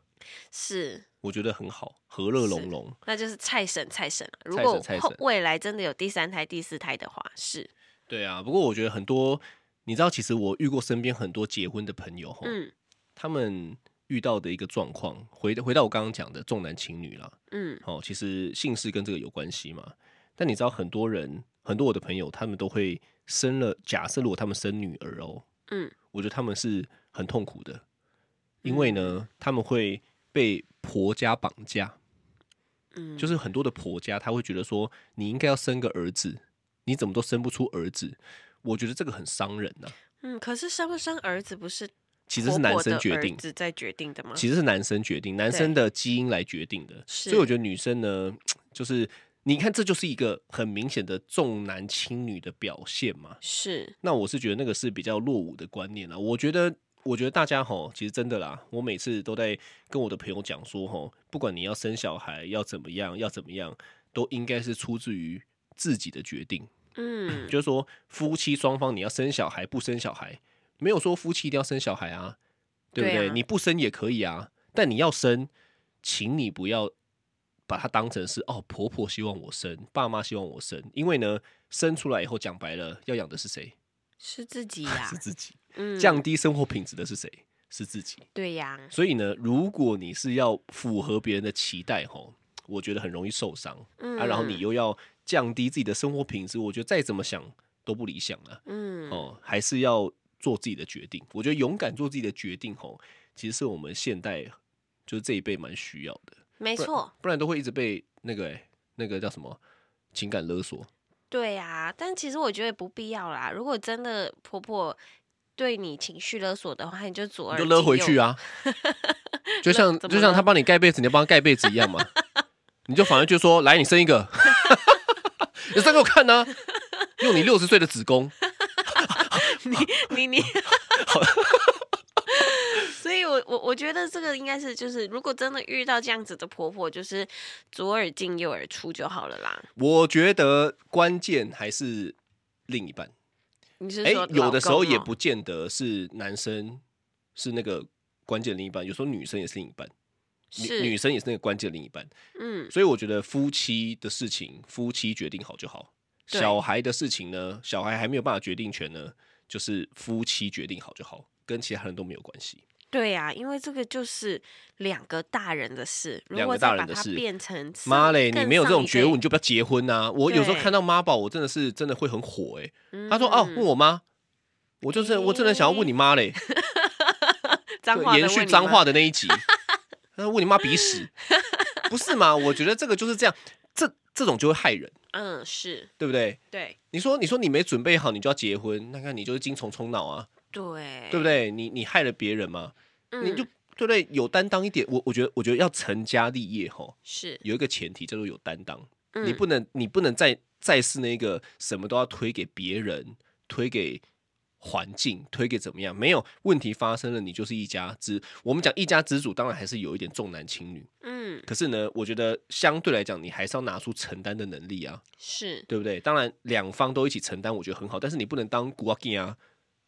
[SPEAKER 2] 是，
[SPEAKER 3] 我觉得很好，和乐融融。
[SPEAKER 2] 那就是蔡神蔡神了。如
[SPEAKER 3] 蔡
[SPEAKER 2] 果
[SPEAKER 3] 神蔡
[SPEAKER 2] 后
[SPEAKER 3] 神
[SPEAKER 2] 未来真的有第三胎、第四胎的话，是，
[SPEAKER 3] 对啊，不过我觉得很多，你知道，其实我遇过身边很多结婚的朋友吼，
[SPEAKER 2] 嗯
[SPEAKER 3] 他们遇到的一个状况，回回到我刚刚讲的重男轻女啦，
[SPEAKER 2] 嗯，
[SPEAKER 3] 哦，其实姓氏跟这个有关系嘛。但你知道，很多人，很多我的朋友，他们都会生了，假设如果他们生女儿哦，
[SPEAKER 2] 嗯，
[SPEAKER 3] 我觉得他们是很痛苦的，因为呢，他们会被婆家绑架，
[SPEAKER 2] 嗯
[SPEAKER 3] 就是很多的婆家，他会觉得说，你应该要生个儿子，你怎么都生不出儿子，我觉得这个很伤人呐、
[SPEAKER 2] 嗯。可是生不生儿子不是
[SPEAKER 3] 其实是
[SPEAKER 2] 婆
[SPEAKER 3] 男
[SPEAKER 2] 婆
[SPEAKER 3] 生
[SPEAKER 2] 的
[SPEAKER 3] 决
[SPEAKER 2] 儿
[SPEAKER 3] 定，
[SPEAKER 2] 子在决定的吗？
[SPEAKER 3] 其实是男生决定，男生的基因来决定的。
[SPEAKER 2] 是
[SPEAKER 3] 所以我觉得女生呢，就是你看，这就是一个很明显的重男轻女的表现嘛。
[SPEAKER 2] 是，
[SPEAKER 3] 那我是觉得那个是比较落伍的观念了。我觉得，我觉得大家吼，其实真的啦，我每次都在跟我的朋友讲说，吼，不管你要生小孩要怎么样，要怎么样，都应该是出自于自己的决定。
[SPEAKER 2] 嗯，
[SPEAKER 3] 就是说夫妻双方你要生小孩不生小孩，没有说夫妻一定要生小孩啊，对不对？
[SPEAKER 2] 对啊
[SPEAKER 3] 你不生也可以啊，但你要生，请你不要把它当成是哦，婆婆希望我生，爸妈希望我生，因为呢，生出来以后讲白了，要养的是谁？
[SPEAKER 2] 是自己呀、
[SPEAKER 3] 是自己，
[SPEAKER 2] 嗯，
[SPEAKER 3] 降低生活品质的是谁？是自己。
[SPEAKER 2] 对呀、
[SPEAKER 3] 所以呢，如果你是要符合别人的期待，吼，我觉得很容易受伤、
[SPEAKER 2] 嗯，
[SPEAKER 3] 啊。然后你，又要降低自己的生活品质，我觉得再怎么想都不理想了、
[SPEAKER 2] 嗯，
[SPEAKER 3] 哦，还是要做自己的决定。我觉得勇敢做自己的决定，吼，其实是我们现代就是这一辈蛮需要的。
[SPEAKER 2] 没
[SPEAKER 3] 不然
[SPEAKER 2] 错，，
[SPEAKER 3] 不然都会一直被那个、欸、那个叫什么情感勒索。
[SPEAKER 2] 对呀、但其实我觉得也不必要啦。如果真的婆婆对你情绪勒索的话，你就左
[SPEAKER 3] 你
[SPEAKER 2] 耳
[SPEAKER 3] 就勒回去
[SPEAKER 2] 啊。
[SPEAKER 3] 啊，就像
[SPEAKER 2] 怎么
[SPEAKER 3] 就像
[SPEAKER 2] 勒
[SPEAKER 3] 他帮你盖被子，你要帮他盖被子一 样嘛，你就反而就说来，你生一个， 你生给我看呢、用你六十岁的子宫，
[SPEAKER 2] 你你， 所以我我我觉得这个应该是就是，如果真的遇到这样子的婆婆，就是左耳进右耳出就好了啦。
[SPEAKER 3] 我觉得关键还是另一半。
[SPEAKER 2] 你是
[SPEAKER 3] 哎、
[SPEAKER 2] 说、啊
[SPEAKER 3] 有的时候也，不见得是男生是那个关键另一半，有时候女生也是另一半，女
[SPEAKER 2] 是
[SPEAKER 3] 女生也是那个关键另一半。
[SPEAKER 2] 嗯，
[SPEAKER 3] 所以我觉得夫妻的事情，夫妻决定好就好。
[SPEAKER 2] 对
[SPEAKER 3] 小孩的事情呢，小孩还没有办法决定权呢，就是夫妻决定好就好，跟其他人都没有关系。
[SPEAKER 2] 对呀、因为这个就是两个大人的事，如
[SPEAKER 3] 两
[SPEAKER 2] 果
[SPEAKER 3] 个大
[SPEAKER 2] 再把
[SPEAKER 3] 人的
[SPEAKER 2] 它
[SPEAKER 3] 事
[SPEAKER 2] 变成上
[SPEAKER 3] 妈嘞，你
[SPEAKER 2] 更
[SPEAKER 3] 没有这
[SPEAKER 2] 上
[SPEAKER 3] 种
[SPEAKER 2] 一
[SPEAKER 3] 觉悟，你
[SPEAKER 2] 辈
[SPEAKER 3] 就不要结婚呐、我有时候
[SPEAKER 2] 对
[SPEAKER 3] 看到妈宝，我真的是真的会很火哎、他说
[SPEAKER 2] 嗯
[SPEAKER 3] 哦，问我妈，我就是我真的想要问你妈嘞，
[SPEAKER 2] 脏
[SPEAKER 3] 对
[SPEAKER 2] 话的
[SPEAKER 3] 延续
[SPEAKER 2] 问你
[SPEAKER 3] 脏
[SPEAKER 2] 吗
[SPEAKER 3] 话的 那一集，他说问你妈鼻屎，不是嘛？我觉得这个就是这样，这这种就会害人，
[SPEAKER 2] 嗯，是
[SPEAKER 3] 对不对？
[SPEAKER 2] 对
[SPEAKER 3] 你说，你说你没准备好，你就要结婚，那看你就是精虫充脑啊，
[SPEAKER 2] 对，
[SPEAKER 3] 对不对？你你害了别人嘛，
[SPEAKER 2] 嗯？
[SPEAKER 3] 你就对不对？有担当一点，我我觉得，我觉得要成家立业吼，
[SPEAKER 2] 是
[SPEAKER 3] 有一个前提叫做有担当，
[SPEAKER 2] 嗯
[SPEAKER 3] 你不能你不能再再是那个什么都要推给别人，推给环境，推给怎么样？没有问题发生了，你就是一家之。我们讲一家之主，当然还是有一点重男轻女，
[SPEAKER 2] 嗯
[SPEAKER 3] 可是呢，我觉得相对来讲，你还是要拿出承担的能力啊。
[SPEAKER 2] 是
[SPEAKER 3] 对不对？当然，两方都一起承担，我觉得很好。但是你不能当古阿金啊，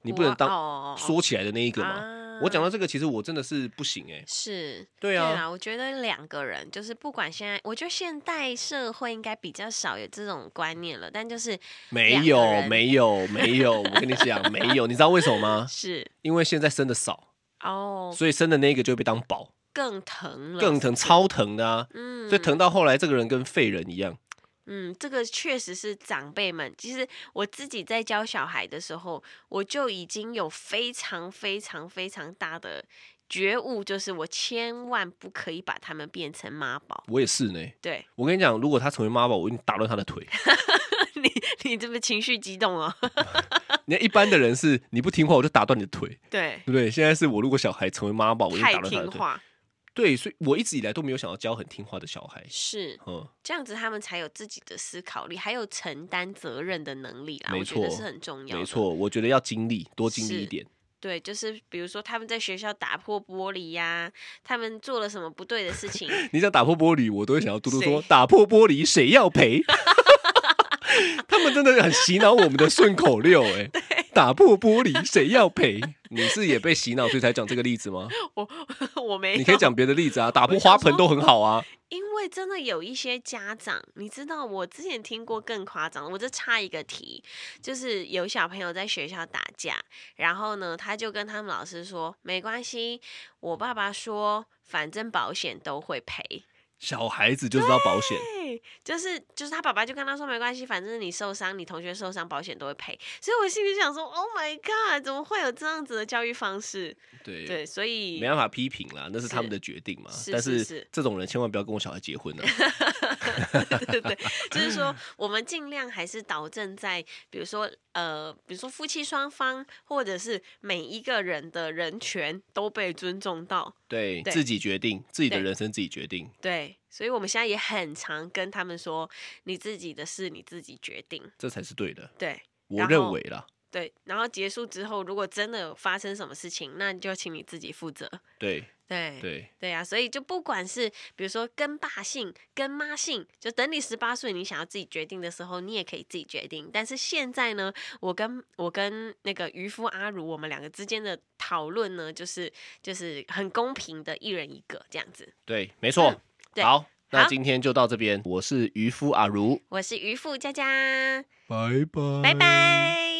[SPEAKER 3] 你不
[SPEAKER 2] 我
[SPEAKER 3] 能当
[SPEAKER 2] 哦
[SPEAKER 3] 说起来的那一个嘛。
[SPEAKER 2] 啊
[SPEAKER 3] 我讲到这个，其实我真的是不行哎、
[SPEAKER 2] 是，
[SPEAKER 3] 对啊
[SPEAKER 2] 啦，我觉得两个人就是不管现在，我觉得现代社会应该比较少有这种观念了，但就是
[SPEAKER 3] 没
[SPEAKER 2] 两个
[SPEAKER 3] 有，
[SPEAKER 2] 人
[SPEAKER 3] 没有，没有。我跟你讲，没有。你知道为什么吗？
[SPEAKER 2] 是
[SPEAKER 3] 因为现在生的少，
[SPEAKER 2] 哦，
[SPEAKER 3] 啊所以生的那个就会被当宝，
[SPEAKER 2] 更疼了，
[SPEAKER 3] 更疼，超疼的啊。
[SPEAKER 2] 嗯，
[SPEAKER 3] 所以疼到后来，这个人跟废人一样。
[SPEAKER 2] 嗯，这个确实是长辈们。其实我自己在教小孩的时候，我就已经有非常非常非常大的觉悟，就是我千万不可以把他们变成妈宝。
[SPEAKER 3] 我也是呢。
[SPEAKER 2] 对
[SPEAKER 3] 我跟你讲，如果他成为妈宝，我一定打断他的 腿。
[SPEAKER 2] 你，你这么情绪激动哦？
[SPEAKER 3] 你看一般的人是你不听话，我就打断你的腿，
[SPEAKER 2] 对
[SPEAKER 3] 对，不对？现在是我如果小孩成为妈宝，我一定
[SPEAKER 2] 太
[SPEAKER 3] 打断他的
[SPEAKER 2] 听
[SPEAKER 3] 腿。
[SPEAKER 2] 话
[SPEAKER 3] 对，所以我一直以来都没有想要教很听话的小孩。
[SPEAKER 2] 是。
[SPEAKER 3] 嗯，
[SPEAKER 2] 这样子他们才有自己的思考力，还有承担责任的能力啦。
[SPEAKER 3] 没
[SPEAKER 2] 我觉得
[SPEAKER 3] 错
[SPEAKER 2] 是很重要的。
[SPEAKER 3] 没，错，我觉得要经历多经历一
[SPEAKER 2] 是
[SPEAKER 3] 点。
[SPEAKER 2] 对，就是比如说他们在学校打破玻璃呀、他们做了什么不对的事 情，
[SPEAKER 3] 你想打破玻璃，我都会想要嘟嘟说：“
[SPEAKER 2] 谁
[SPEAKER 3] 打破玻璃谁 要赔？”他们真的很洗脑我们的顺口溜、欸，哎，打破玻璃谁 要赔？你是也被洗脑所以才讲这个例子吗？
[SPEAKER 2] 我我没有。
[SPEAKER 3] 你可以讲别的例子啊，打破
[SPEAKER 2] 我
[SPEAKER 3] 花
[SPEAKER 2] 想
[SPEAKER 3] 盆
[SPEAKER 2] 说嗯
[SPEAKER 3] 都很好啊。
[SPEAKER 2] 因为真的有一些家长，你知道，我之前听过更夸张的，我这插一个题，就是有小朋友在学校打架，然后呢，他就跟他们老师说，没关系，我爸爸说，反正保险都会赔。
[SPEAKER 3] 小孩子就知道保险，
[SPEAKER 2] 对，就是就是他爸爸就跟他说没关系，反正你受伤，你同学受伤，保险都会赔。所以我心里想说，Oh my god，怎么会有这样子的教育方式？
[SPEAKER 3] 对
[SPEAKER 2] 对，所以
[SPEAKER 3] 没办法批评啦，那是他
[SPEAKER 2] 是
[SPEAKER 3] 们的决定嘛。
[SPEAKER 2] 是
[SPEAKER 3] 但
[SPEAKER 2] 是
[SPEAKER 3] 是
[SPEAKER 2] 是
[SPEAKER 3] 这种人千万不要跟我小孩结婚啊。
[SPEAKER 2] 对对对，就是说我们尽量还是导正在，比如说呃，比如说夫妻双方，或者是每一个人的人权都被尊重到。
[SPEAKER 3] 对
[SPEAKER 2] 对
[SPEAKER 3] 自己决定，自己的
[SPEAKER 2] 对
[SPEAKER 3] 人生自己决定。
[SPEAKER 2] 对，所以我们现在也很常跟他们说，你自己的事你自己决定。
[SPEAKER 3] 这才是对的。
[SPEAKER 2] 对
[SPEAKER 3] 我
[SPEAKER 2] 然
[SPEAKER 3] 认
[SPEAKER 2] 后
[SPEAKER 3] 为啦，
[SPEAKER 2] 对，然后结束之后，如果真的有发生什么事情，那就请你自己负责。
[SPEAKER 3] 对
[SPEAKER 2] 对
[SPEAKER 3] 对，
[SPEAKER 2] 对呀、所以就不管是比如说跟爸姓、跟妈姓，就等你十八岁你想要自己决定的时候，你也可以自己决定。但是现在呢，我跟我跟那个渔夫阿如，我们两个之间的讨论呢，就是就是很公平的，一人一个这样子。
[SPEAKER 3] 对，没错。
[SPEAKER 2] 嗯对
[SPEAKER 3] 好，那
[SPEAKER 2] 好
[SPEAKER 3] 今天就到这边。我是渔夫阿如，
[SPEAKER 2] 我是渔夫佳佳，
[SPEAKER 3] 拜拜，
[SPEAKER 2] 拜拜。